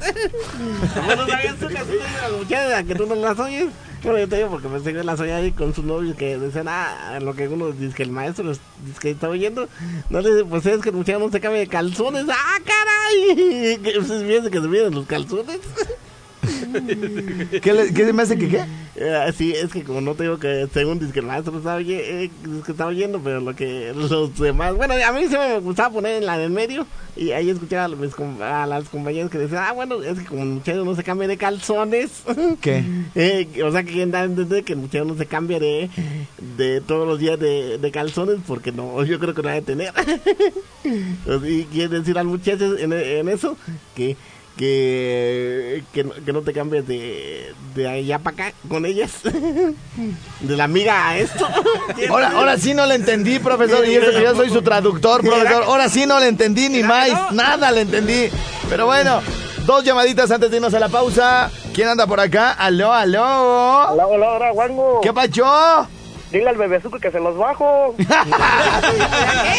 Speaker 2: Como no sabías tú canciones de las muchachas, que tú no las oyes. Bueno, yo te digo porque pensé que las oía ahí con sus novios que decían, ah, lo que uno dice que el maestro los- dice que está oyendo. No le dice, pues es que el muchacho no se cambia de calzones, ah, caray. Que pues, ustedes piensan que se miden los calzones.
Speaker 1: ¿Qué, le- qué me hace que qué?
Speaker 2: Eh, sí, es que como no te digo que según dice que el maestro está, oye- eh, dice que está oyendo, pero lo que los demás... Bueno, a mí se me gustaba poner en la del medio y ahí escuchaba a, mis com- a las compañeras que decían, ah, bueno, es que como el muchacho no se cambia de calzones.
Speaker 1: ¿Qué?
Speaker 2: Eh, o sea, que quieren dar a entender que el muchacho no se cambia de, de todos los días de, de calzones porque no, yo creo que no va a tener. O sea, y quiere decir al muchacho en, en eso que, que, que, no, que no te cambies de, de allá para acá con ellas. De la amiga a esto.
Speaker 1: Ahora, ahora sí no le entendí, profesor, y eso que yo soy su traductor, profesor. Ahora sí no le entendí ni más, nada le entendí. Pero bueno, dos llamaditas antes de irnos a la pausa. ¿Quién anda por acá? Aló, aló.
Speaker 7: Hola, hola, hola, Wango.
Speaker 1: ¿Qué pacho?
Speaker 7: Dile al bebezuco que se los bajo.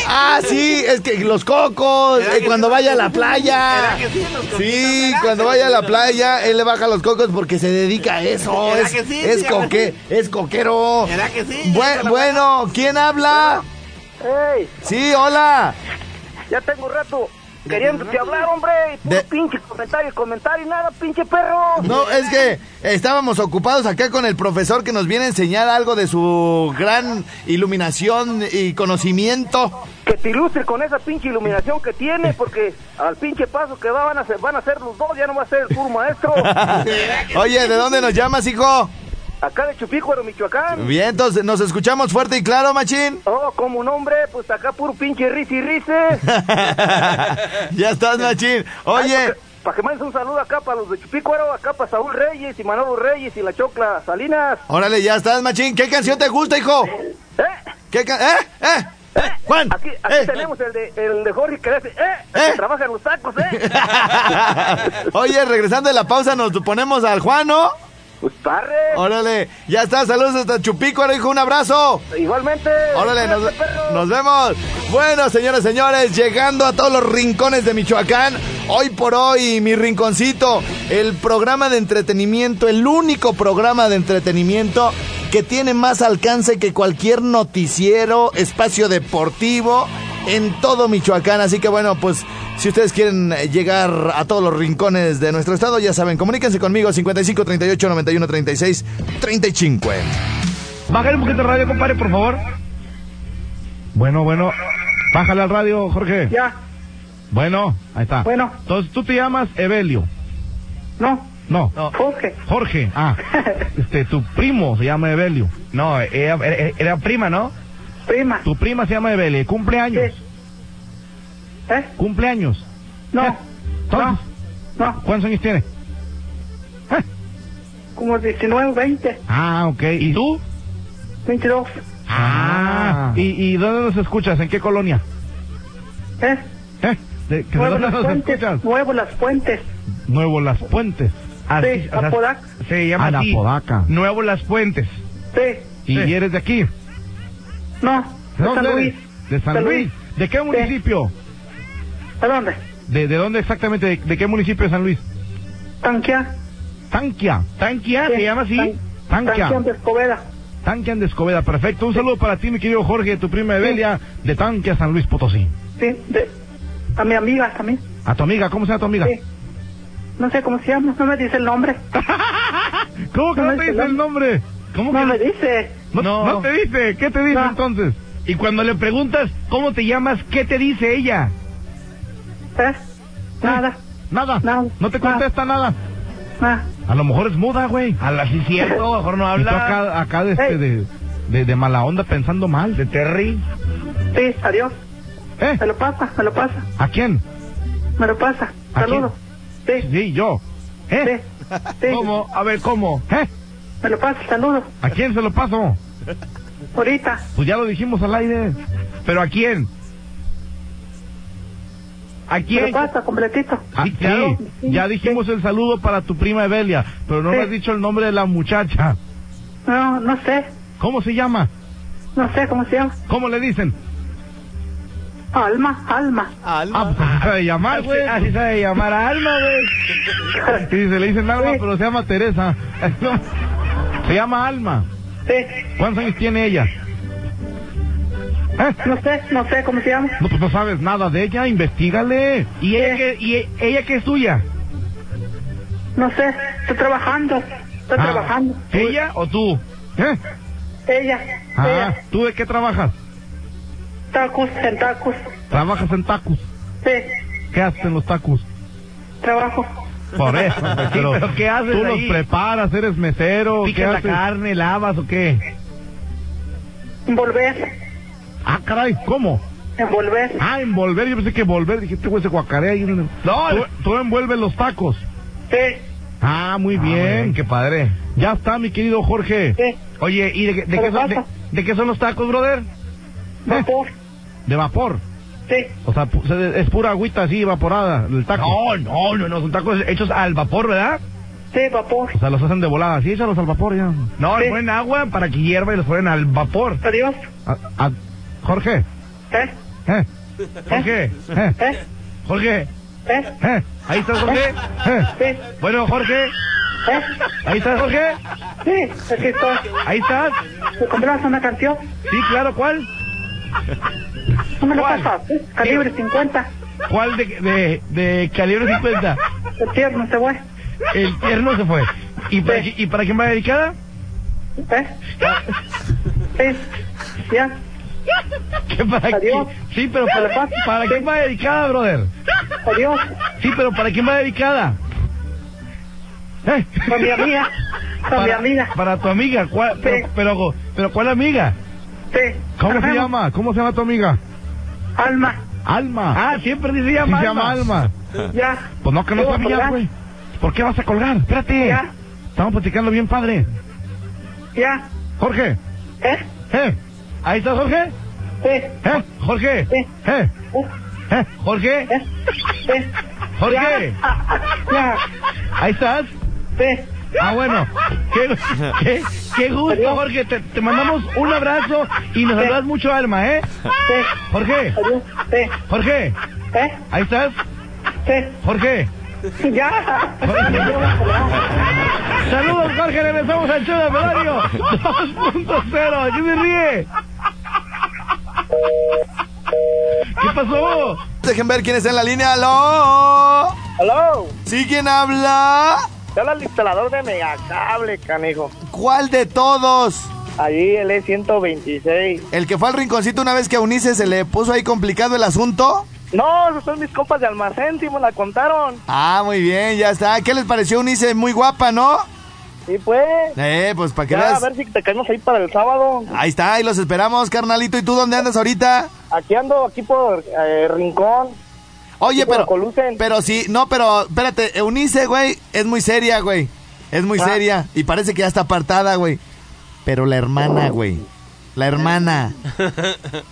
Speaker 1: Ah, sí, es que los cocos, eh, cuando vaya a la playa. Sí, cuando vaya a la playa, él le baja los cocos porque se dedica a eso.
Speaker 2: ¿Verdad
Speaker 1: Es,
Speaker 2: que sí?
Speaker 1: es
Speaker 2: Sí,
Speaker 1: coque, es coquero.
Speaker 2: ¿Verdad que sí?
Speaker 1: Bue-
Speaker 2: Eso la
Speaker 1: bueno, ¿quién habla?
Speaker 7: ¡Ey!
Speaker 1: Sí, hola.
Speaker 7: Ya tengo un rato queriéndote hablar, hombre. Y puro
Speaker 1: De-
Speaker 7: pinche comentario, comentario, y nada, pinche perro.
Speaker 1: No, es que estábamos ocupados acá con el profesor que nos viene a enseñar algo de su gran iluminación y conocimiento.
Speaker 7: Que te ilustre con esa pinche iluminación que tiene, porque ah, al pinche paso que va, van a ser, van a ser los dos, ya no va a ser el puro maestro.
Speaker 1: Oye, ¿de dónde nos llamas, hijo?
Speaker 7: Acá de Chupícuaro, Michoacán.
Speaker 1: Bien, entonces nos escuchamos fuerte y claro, machín.
Speaker 7: Oh, como un hombre, pues acá puro pinche risa y risa.
Speaker 1: ya estás, machín. Oye.
Speaker 7: Para que mandes un saludo acá para los de Chupícuaro, acá para Saúl Reyes y Manolo Reyes y la Chocla Salinas.
Speaker 1: Órale, ya estás, machín. ¿Qué canción te gusta, hijo?
Speaker 7: ¿Eh?
Speaker 1: ¿Qué ca- ¿Eh? ¿Eh? ¿Eh? Juan.
Speaker 7: Aquí, aquí
Speaker 1: ¿Eh?
Speaker 7: tenemos el de, el de Jorge que le hace, ¡eh!
Speaker 1: ¿Eh?
Speaker 7: Que trabaja en los tacos, ¿eh?
Speaker 1: Oye, regresando de la pausa, nos ponemos al Juan, ¿no?
Speaker 7: pues parre.
Speaker 1: Órale, ya está. Saludos hasta Chupico, ahora, hijo. Un abrazo.
Speaker 7: Igualmente.
Speaker 1: Oh. Órale, nos,
Speaker 7: Cuídate, perro.
Speaker 1: nos vemos. Bueno, señoras, señores, llegando a todos los rincones de Michoacán. Hoy por hoy, mi rinconcito, el programa de entretenimiento, el único programa de entretenimiento que tiene más alcance que cualquier noticiero, espacio deportivo en todo Michoacán. Así que bueno, pues si ustedes quieren eh, llegar a todos los rincones de nuestro estado, ya saben, comuníquense conmigo 55 38 91 36 35.
Speaker 8: Bájale un poquito el radio, compadre, por favor. Bueno, bueno. Bájale al radio, Jorge.
Speaker 7: Ya.
Speaker 8: Bueno, ahí está.
Speaker 7: Bueno.
Speaker 8: Entonces tú te llamas Evelio.
Speaker 7: No,
Speaker 8: No.
Speaker 7: Jorge.
Speaker 8: Jorge, ah. Este, tu primo se llama Evelio. No, era, prima, ¿no?
Speaker 7: Prima.
Speaker 8: Tu prima se llama Evelio. ¿Cumpleaños?
Speaker 7: ¿Eh?
Speaker 8: ¿Cumpleaños?
Speaker 7: No,
Speaker 8: ¿Entonces?
Speaker 7: no.
Speaker 8: ¿Cuántos años tiene?
Speaker 7: como 19, 20,
Speaker 8: Ah, ok. ¿Y tú?
Speaker 7: 22.
Speaker 8: Ah. ¿Y, y dónde nos escuchas? ¿En qué colonia?
Speaker 7: ¿Eh?
Speaker 8: ¿Eh? ¿De, que
Speaker 7: Muevo
Speaker 8: ¿Dónde
Speaker 7: las
Speaker 8: nos
Speaker 7: puentes.
Speaker 8: escuchas?
Speaker 7: Muevo las puentes.
Speaker 8: Nuevo Las Puentes.
Speaker 7: Sí, Apodaca.
Speaker 8: Se llama
Speaker 9: Ah, la
Speaker 8: así,
Speaker 9: Apodaca.
Speaker 8: Nuevo Las Puentes.
Speaker 7: Sí.
Speaker 8: ¿Y eres de aquí?
Speaker 7: No, de
Speaker 8: ¿De dónde
Speaker 7: San
Speaker 8: eres?
Speaker 7: Luis.
Speaker 8: ¿De San
Speaker 7: San
Speaker 8: Luis? ¿De qué municipio?
Speaker 7: ¿De dónde?
Speaker 8: ¿De, de dónde exactamente? ¿De, de qué municipio de San Luis?
Speaker 7: Tanquia.
Speaker 8: Tanquia. Tanquia,
Speaker 7: Sí,
Speaker 8: Ah, se llama así.
Speaker 7: Tan-
Speaker 8: Tanquia.
Speaker 7: Tanquia de Escobeda.
Speaker 8: Tanquian de Escobeda, perfecto. Un saludo para ti, mi querido Jorge, tu prima Evelia, de Tanquia, San Luis Potosí.
Speaker 7: Sí, de, a mi amiga también.
Speaker 8: A tu amiga, ¿cómo se llama tu amiga?
Speaker 7: Sí. No sé cómo se llama, no me dice el nombre.
Speaker 8: ¿Cómo que
Speaker 7: No
Speaker 8: no,
Speaker 7: me
Speaker 8: te
Speaker 7: dice
Speaker 8: dice el nombre? ¿Cómo
Speaker 7: No
Speaker 8: que
Speaker 7: me dice.
Speaker 8: No, no te dice, ¿qué te dice
Speaker 7: No.
Speaker 8: entonces? Y cuando le preguntas cómo te llamas, ¿qué te dice ella?
Speaker 7: ¿Eh? Nada.
Speaker 8: Nada. No te contesta nada.
Speaker 7: Nada.
Speaker 8: A lo mejor es muda, güey. A la sí
Speaker 7: cierto,
Speaker 8: mejor no habla. acá, acá de, este, de, de- de mala onda pensando mal. De Terry.
Speaker 7: Sí, adiós.
Speaker 8: ¿Eh?
Speaker 7: Me lo pasa, me lo pasa,
Speaker 8: ¿A quién?
Speaker 7: me lo pasa.
Speaker 8: ¿A quién?
Speaker 7: Saludos. Sí.
Speaker 8: Sí, yo. ¿Eh? ¿Cómo? A ver, ¿cómo? ¿Eh?
Speaker 7: Me lo pasa, saludos.
Speaker 8: ¿A quién se lo paso?
Speaker 7: Ahorita,
Speaker 8: Pues ya lo dijimos al aire. ¿Pero a quién? ¿A
Speaker 7: me lo
Speaker 8: quién?
Speaker 7: pasa completito.
Speaker 8: Ah, sí, ya dijimos el saludo para tu prima Evelia, pero no me has dicho el nombre de la muchacha.
Speaker 7: No, no sé,
Speaker 8: ¿Cómo se llama?
Speaker 7: no sé cómo se llama.
Speaker 8: ¿Cómo le dicen?
Speaker 7: Alma, alma.
Speaker 8: Ah, pues así sabe llamar, güey. Así sabe llamar a Alma, güey. Sí, se le dicen Alma, pero se llama Teresa. No, Se llama Alma. ¿Cuántos años tiene ella? ¿Eh?
Speaker 7: No sé, no sé cómo se llama.
Speaker 8: No, pues no sabes nada de ella, investigale. ¿Y ella que, y e, ella que es tuya?
Speaker 7: No sé, estoy trabajando, estoy
Speaker 8: Ah.
Speaker 7: trabajando.
Speaker 8: ¿Ella o tú? ¿Eh?
Speaker 7: Ella,
Speaker 8: Ah,
Speaker 7: ella,
Speaker 8: ¿tú de qué trabajas?
Speaker 7: tacos, en tacos.
Speaker 8: Trabajas en tacos.
Speaker 7: Sí,
Speaker 8: ¿Qué haces en los tacos?
Speaker 7: trabajo.
Speaker 8: Por eso. pero, ¿qué haces Tú los preparas, eres mesero.
Speaker 9: ¿Picas la
Speaker 8: carne, lavas o qué?
Speaker 7: Envolver,
Speaker 8: Ah, caray, ¿cómo?
Speaker 7: envolver.
Speaker 8: Ah, envolver. Yo pensé que volver. Dije, este güey se guacarea. ahí en el- Tú, tú envuelves los tacos.
Speaker 7: Sí,
Speaker 8: Ah, muy bien. Qué padre. Ya está, mi querido Jorge.
Speaker 7: Sí.
Speaker 8: Oye, ¿y de, qué- de
Speaker 7: Pero
Speaker 8: qué son, de,
Speaker 7: pasa.
Speaker 8: de qué son los tacos, brother?
Speaker 7: vapor,
Speaker 8: De vapor.
Speaker 7: sí.
Speaker 8: O sea, pu- se- es pura agüita así evaporada, el taco. No, no, no, no, son tacos hechos al vapor, ¿verdad?
Speaker 7: Sí, vapor.
Speaker 8: O sea, los hacen de volada, sí, échalos al vapor ya. No,
Speaker 7: Sí.
Speaker 8: le ponen agua para que hierva y los ponen al vapor.
Speaker 7: Adiós.
Speaker 8: A- a- Jorge,
Speaker 7: ¿Eh?
Speaker 8: ¿eh? Jorge, ¿eh?
Speaker 7: ¿Eh?
Speaker 8: Jorge,
Speaker 7: ¿Eh?
Speaker 8: ¿eh? Ahí estás, Jorge. ¿eh?
Speaker 7: Sí,
Speaker 8: Bueno, Jorge,
Speaker 7: ¿eh?
Speaker 8: ahí estás, Jorge.
Speaker 7: Sí, aquí estoy.
Speaker 8: Ahí estás.
Speaker 7: ¿Me compras una canción?
Speaker 8: Sí, claro, ¿cuál?
Speaker 7: No me lo
Speaker 8: ¿Cuál?
Speaker 7: pasas. ¿eh? Calibre 50.
Speaker 8: ¿Cuál de, de, de calibre 50?
Speaker 7: El tierno se fue.
Speaker 8: El tierno se fue. ¿Y para, qui- ¿Y para quién va dedicada?
Speaker 7: ¿Eh? Sí, ya.
Speaker 8: ¿Qué para
Speaker 7: Adiós.
Speaker 8: qué? Sí, pero para, ¿para quién va dedicada, brother?
Speaker 7: Adiós.
Speaker 8: Sí, pero ¿para quién va dedicada? ¿Eh?
Speaker 7: Con mi amiga. Con mi
Speaker 8: Para-
Speaker 7: amiga.
Speaker 8: Para tu amiga. ¿Cuál- pero, pero, pero ¿cuál amiga?
Speaker 7: Sí.
Speaker 8: ¿Cómo se
Speaker 7: Ajá.
Speaker 8: llama? ¿Cómo se llama tu amiga?
Speaker 7: Alma.
Speaker 8: Alma. Ah, siempre dice
Speaker 9: llama
Speaker 8: se llama Alma.
Speaker 7: Ya.
Speaker 8: Pues no, que no
Speaker 7: Voy a
Speaker 8: sabía,
Speaker 7: colgar.
Speaker 8: güey. ¿Por qué vas a colgar? Espérate.
Speaker 7: Ya.
Speaker 8: Estamos platicando bien, padre.
Speaker 7: Ya.
Speaker 8: Jorge.
Speaker 7: ¿Eh?
Speaker 8: ¿Eh? ¿Ahí está Jorge?
Speaker 7: Sí.
Speaker 8: ¿Eh? Jorge.
Speaker 7: Sí.
Speaker 8: ¿Eh? ¿Eh? Jorge.
Speaker 7: ¿Eh? Sí.
Speaker 8: Jorge.
Speaker 7: Ya.
Speaker 8: ¿Ahí estás?
Speaker 7: Sí.
Speaker 8: Ah, bueno. Qué, qué, qué gusto, Jorge. Te, te mandamos un abrazo y nos saludas mucho, Alma, ¿eh?
Speaker 7: Sí.
Speaker 8: Jorge.
Speaker 7: Adiós. Sí.
Speaker 8: Jorge.
Speaker 7: ¿Eh?
Speaker 8: ¿Ahí estás?
Speaker 7: Sí.
Speaker 8: Jorge.
Speaker 7: Ya.
Speaker 8: Saludos, Jorge. Regresamos al show de Pelario 2.0. ¿Qué se ríe? ¿Qué pasó?
Speaker 1: Dejen ver quién está en la línea. ¡Aló!
Speaker 7: Hello.
Speaker 1: ¿Sí quién habla?
Speaker 7: Te habla el instalador de Megacable, canijo.
Speaker 1: ¿Cuál de todos?
Speaker 7: Allí el E E126.
Speaker 1: ¿El que fue al rinconcito una vez que a Unice se le puso ahí complicado el asunto?
Speaker 7: No, esos son mis compas de almacén, sí me la contaron.
Speaker 1: Ah, muy bien, ya está. ¿Qué les pareció, Unice? Muy guapa, ¿no?
Speaker 7: Y pues,
Speaker 1: Eh, pues para que
Speaker 7: ya a
Speaker 1: veas.
Speaker 7: ver si te caemos ahí para el sábado.
Speaker 1: Ahí está, ahí los esperamos, carnalito. ¿Y tú dónde andas ahorita?
Speaker 7: Aquí ando, aquí por eh, Rincón.
Speaker 1: Oye,
Speaker 7: Aquí por
Speaker 1: pero. Pero sí, no, pero espérate, Eunice, güey, es muy seria, güey. Es
Speaker 7: Ah.
Speaker 1: muy seria. Y parece que ya está apartada, güey. Pero la hermana, güey. La hermana.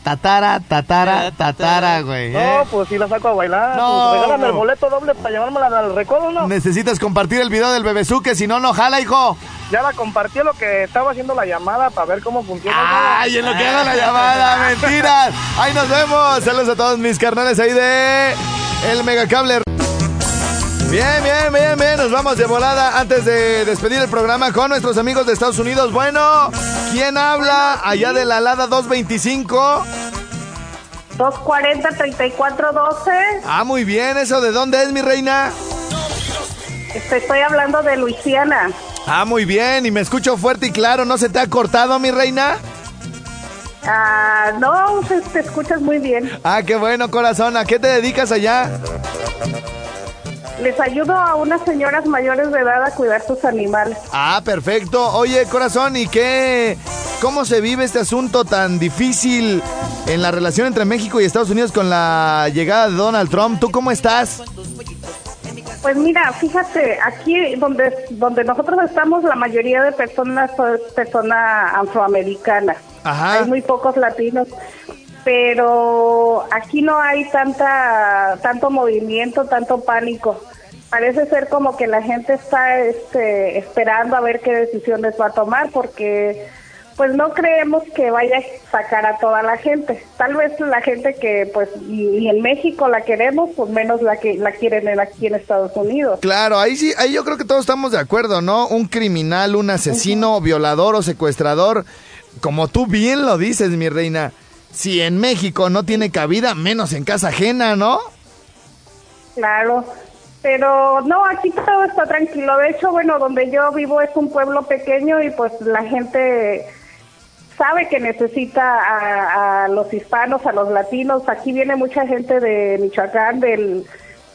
Speaker 1: Tatara, tatara, tatara, güey.
Speaker 7: No,
Speaker 1: ¿eh?
Speaker 7: pues si la saco a bailar.
Speaker 1: No,
Speaker 7: pues, regálame el
Speaker 1: no.
Speaker 7: boleto doble para llevármela al recodo, ¿no?
Speaker 1: Necesitas compartir el video del bebesuque, si no, no jala, hijo.
Speaker 7: Ya la compartí lo que estaba haciendo la llamada para ver cómo funciona.
Speaker 1: Ay, en lo que haga la llamada, mentiras. Ahí nos vemos. Saludos a todos mis carnales ahí de El Megacable. Bien, bien, bien, bien. Nos vamos de volada antes de despedir el programa con nuestros amigos de Estados Unidos. Bueno, ¿quién habla allá de la Alada 225?
Speaker 9: 240-3412.
Speaker 1: Ah, muy bien. ¿Eso de dónde es, mi reina?
Speaker 9: Te Este, estoy hablando de Luisiana.
Speaker 1: Ah, muy bien. Y me escucho fuerte y claro. ¿No se te ha cortado, mi reina?
Speaker 9: Ah, no, te, te escuchas muy bien.
Speaker 1: Ah, qué bueno, corazón. ¿A qué te dedicas allá?
Speaker 9: Les ayudo a unas señoras mayores de edad a cuidar sus animales.
Speaker 1: Ah, perfecto. Oye, corazón, ¿y qué? ¿Cómo se vive este asunto tan difícil en la relación entre México y Estados Unidos con la llegada de Donald Trump? ¿Tú cómo estás?
Speaker 9: Pues mira, fíjate, aquí donde, donde nosotros estamos, la mayoría de personas son personas afroamericanas.
Speaker 1: Ajá.
Speaker 9: Hay muy pocos latinos. Pero aquí no hay tanta, tanto movimiento, tanto pánico. Parece ser como que la gente está este, esperando a ver qué decisiones va a tomar porque pues no creemos que vaya a sacar a toda la gente. Tal vez la gente que pues y, y en México la queremos, pues menos la que la quieren en- aquí en Estados Unidos.
Speaker 1: Claro, ahí sí, ahí yo creo que todos estamos de acuerdo, ¿no? Un criminal, un asesino, violador o secuestrador, como tú bien lo dices, mi reina. Si en México no tiene cabida, menos en casa ajena, ¿no?
Speaker 9: Claro. Pero no, aquí todo está tranquilo. De hecho, bueno, donde yo vivo es un pueblo pequeño y pues la gente sabe que necesita a, a los hispanos, a los latinos. Aquí viene mucha gente de Michoacán, del,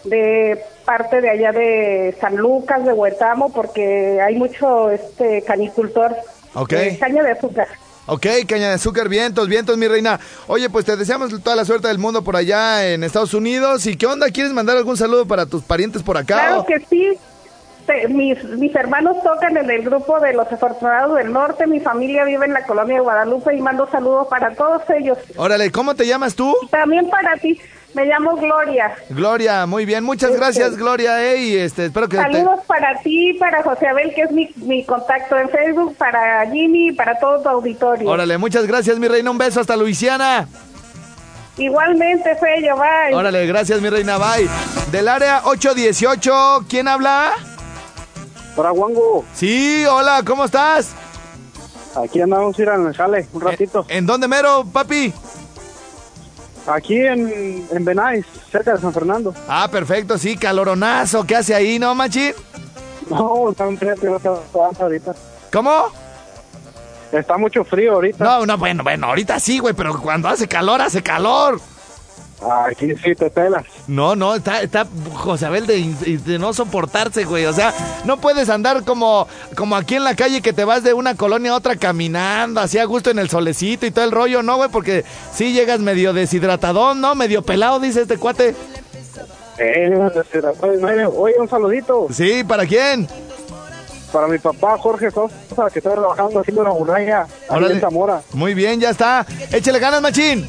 Speaker 9: de parte de allá de San Lucas, de Huetamo, porque hay mucho este canicultor
Speaker 1: Ok.
Speaker 9: de caña de azúcar.
Speaker 1: Ok, caña de azúcar, vientos, vientos, mi reina. Oye, pues te deseamos toda la suerte del mundo por allá en Estados Unidos. ¿Y qué onda? ¿Quieres mandar algún saludo para tus parientes por acá?
Speaker 9: Claro
Speaker 1: o-
Speaker 9: que sí. Te- mis, mis hermanos tocan en el grupo de los afortunados del norte. Mi familia vive en la colonia de Guadalupe y mando saludos para todos ellos.
Speaker 1: Órale, ¿cómo te llamas tú?
Speaker 9: También para ti. Me llamo Gloria.
Speaker 1: Gloria, muy bien. Muchas
Speaker 9: Este-
Speaker 1: gracias, Gloria, eh, y este, espero que te-
Speaker 9: Saludos para ti, para José Abel, que es mi, mi contacto en Facebook, para Jimmy, para todo tu auditorio.
Speaker 1: Órale, muchas gracias, mi reina. Un beso hasta Luisiana.
Speaker 9: Igualmente, Fello, bye.
Speaker 1: Órale, gracias, mi reina. Bye. Del área 818, ¿quién habla?
Speaker 7: Paraguango.
Speaker 1: Sí, hola, ¿cómo estás?
Speaker 7: Aquí andamos a ir al jale
Speaker 1: Eh,
Speaker 7: un ratito.
Speaker 1: ¿En, dónde mero, papi?
Speaker 7: Aquí en, en Benais, cerca de San Fernando.
Speaker 1: Ah, perfecto, sí, caloronazo. ¿Qué hace ahí, no, machín?
Speaker 7: No, está un frío, frío, frío, frío ahorita.
Speaker 1: ¿Cómo?
Speaker 7: Está mucho frío ahorita.
Speaker 1: No, no, bueno, bueno, ahorita sí, güey, pero cuando hace calor, hace calor.
Speaker 7: Aquí sí te pelas.
Speaker 1: No, no, está, está José Abel de, in- de no soportarse, güey. O sea, no puedes andar como, como aquí en la calle que te vas de una colonia a otra caminando, así a gusto en el solecito y todo el rollo, ¿no, güey? Porque sí llegas medio deshidratadón, ¿no? Medio pelado, dice este cuate.
Speaker 7: Eh, se la puede- mire, oye, un saludito
Speaker 1: Sí, ¿para quién?
Speaker 7: para mi papá Jorge Sosa, que está trabajando haciendo una muralla ahí
Speaker 1: Órale.
Speaker 7: en Zamora.
Speaker 1: Muy bien, ya está. Échale ganas, machín.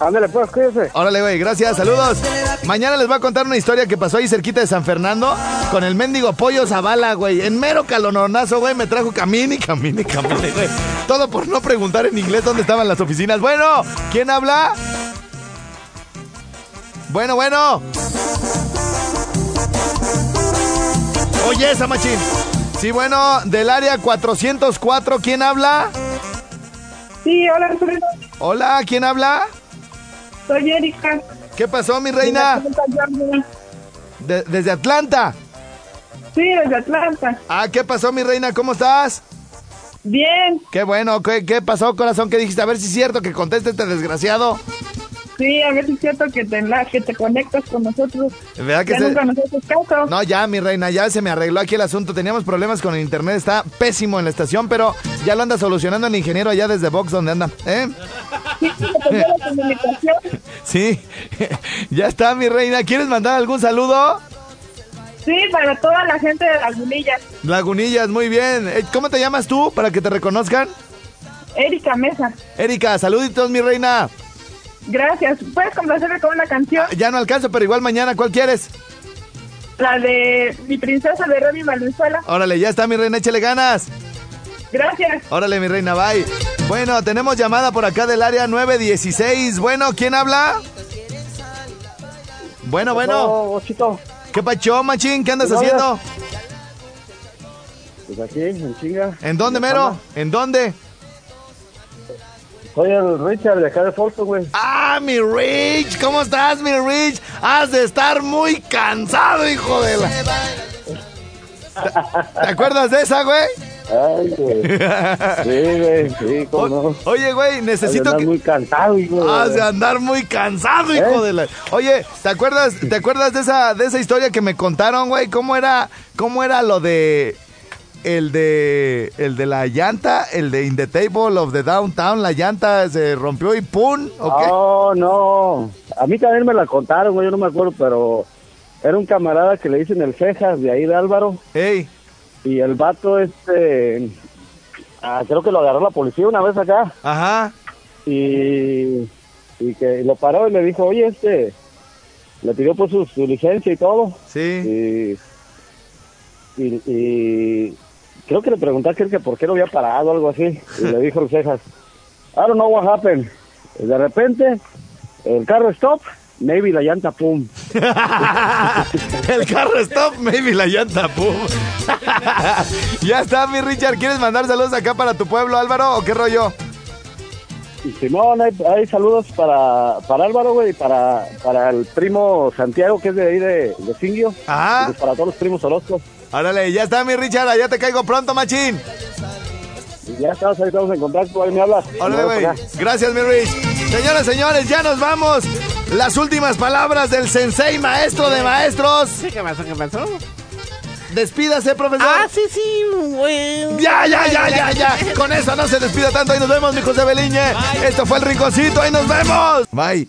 Speaker 7: Ándale, pues, cuídese.
Speaker 1: Órale, güey, gracias, saludos. Mañana les voy a contar una historia que pasó ahí cerquita de San Fernando con el mendigo pollo Zavala, güey. En mero calononazo, güey, me trajo camine, camine, camine, güey. Todo por no preguntar en inglés dónde estaban las oficinas. Bueno, ¿quién habla? Bueno, bueno. Oye, esa machín. Sí, bueno, del área 404, ¿quién habla?
Speaker 9: Sí, hola, soy,
Speaker 1: Hola, ¿quién habla?
Speaker 9: soy Erika.
Speaker 1: ¿Qué pasó, mi reina? De- desde Atlanta.
Speaker 9: Sí, desde Atlanta.
Speaker 1: Ah, ¿qué pasó, mi reina? ¿Cómo estás?
Speaker 9: Bien,
Speaker 1: Qué bueno, ¿qué, qué pasó, corazón? ¿Qué dijiste? A ver si es cierto que conteste este desgraciado.
Speaker 10: Sí, a veces siento que te, enla- que te conectas con nosotros.
Speaker 1: ¿Verdad que
Speaker 10: ya
Speaker 1: se-
Speaker 10: nunca nos haces caso.
Speaker 1: No, ya, mi reina, ya se me arregló aquí el asunto. Teníamos problemas con el internet, está pésimo en la estación, pero ya lo anda solucionando el ingeniero allá desde Box donde anda, ¿eh? Sí, ya está, mi reina. ¿Quieres mandar algún saludo?
Speaker 10: Sí, para toda la gente de Lagunillas.
Speaker 1: Lagunillas, muy bien. Eh, ¿Cómo te llamas tú para que te reconozcan?
Speaker 10: Erika Mesa.
Speaker 1: Erika, saluditos, mi reina.
Speaker 10: Gracias. ¿Puedes complacerme con una canción?
Speaker 1: Ya no alcanzo, pero igual mañana, ¿cuál quieres?
Speaker 10: La de Mi Princesa de Remy Valenzuela.
Speaker 1: Órale, ya está, mi reina, échale ganas.
Speaker 10: Gracias.
Speaker 1: Órale, mi reina, bye. Bueno, tenemos llamada por acá del área 916. Bueno, ¿quién habla? Bueno, bueno. ¿Qué pacho, machín? ¿Qué andas
Speaker 11: ¿Qué
Speaker 1: haciendo?
Speaker 11: Pues aquí, en chinga.
Speaker 1: ¿En dónde, mero? ¿En dónde?
Speaker 11: Soy el Richard de acá de Folsom, güey.
Speaker 1: ¡Ah, mi Rich! ¿Cómo estás, mi Rich? Has de estar muy cansado, hijo de la... ¿Te- ¿Te acuerdas de esa, güey?
Speaker 11: Ay, güey. Sí, güey, sí, cómo no.
Speaker 1: Oye, güey, necesito
Speaker 11: Has de andar
Speaker 1: que- Ah,
Speaker 11: muy cansado, hijo.
Speaker 1: Has
Speaker 8: Eh.
Speaker 1: de andar muy cansado, hijo
Speaker 11: ¿Eh?
Speaker 1: de la. Oye, ¿te acuerdas, te acuerdas de esa, de esa historia que me contaron, güey? ¿Cómo era, cómo era lo de el de el de la llanta, el de In the Table of the Downtown, la llanta se rompió y ¡pum! ¿o
Speaker 8: Ah.
Speaker 1: qué?
Speaker 11: No, no. A mí también me la contaron, güey, yo no me acuerdo, pero era un camarada que le dicen el Cejas de ahí de Álvaro.
Speaker 1: ¡Ey!
Speaker 11: Y el vato, este. ah, creo que lo agarró la policía una vez acá.
Speaker 1: Ajá.
Speaker 11: Y, y que lo paró y le dijo, oye, este. Le pidió por su, su licencia y todo.
Speaker 1: Sí.
Speaker 11: Y. y- y creo que le preguntó a aquel que por qué lo había parado o algo así. Y le dijo el Cejas, I don't know what happened. Y de repente, el carro stop, maybe la llanta pum.
Speaker 1: El carro stop, maybe la llanta, ¡pum! ya está, mi Richard. ¿Quieres mandar saludos acá para tu pueblo, Álvaro, o qué rollo?
Speaker 11: Y Simón, hay, hay saludos para, para Álvaro, güey, y para, para el primo Santiago, que es de ahí de, de Singio.
Speaker 1: Ah.
Speaker 11: Y pues para todos los primos Orozco.
Speaker 1: Órale, ya está, mi Richard. Allá te caigo pronto, machín.
Speaker 11: Y ya estamos, ahí estamos en contacto, ahí me hablas.
Speaker 1: Órale,
Speaker 11: Nos vemos
Speaker 1: güey.
Speaker 11: acá.
Speaker 1: Gracias, mi Rich. Señoras, señores, ya nos vamos. Las últimas palabras del sensei maestro de maestros.
Speaker 2: ¿Qué pasó? ¿Qué pasó?
Speaker 1: Despídase, profesor.
Speaker 2: Ah, sí, sí, güey.
Speaker 1: Ya, ya, ya, ya, ya. Con eso no se despida tanto. Ahí nos vemos, mi José Beliñe. Esto fue el rinconcito. Ahí nos vemos. Bye.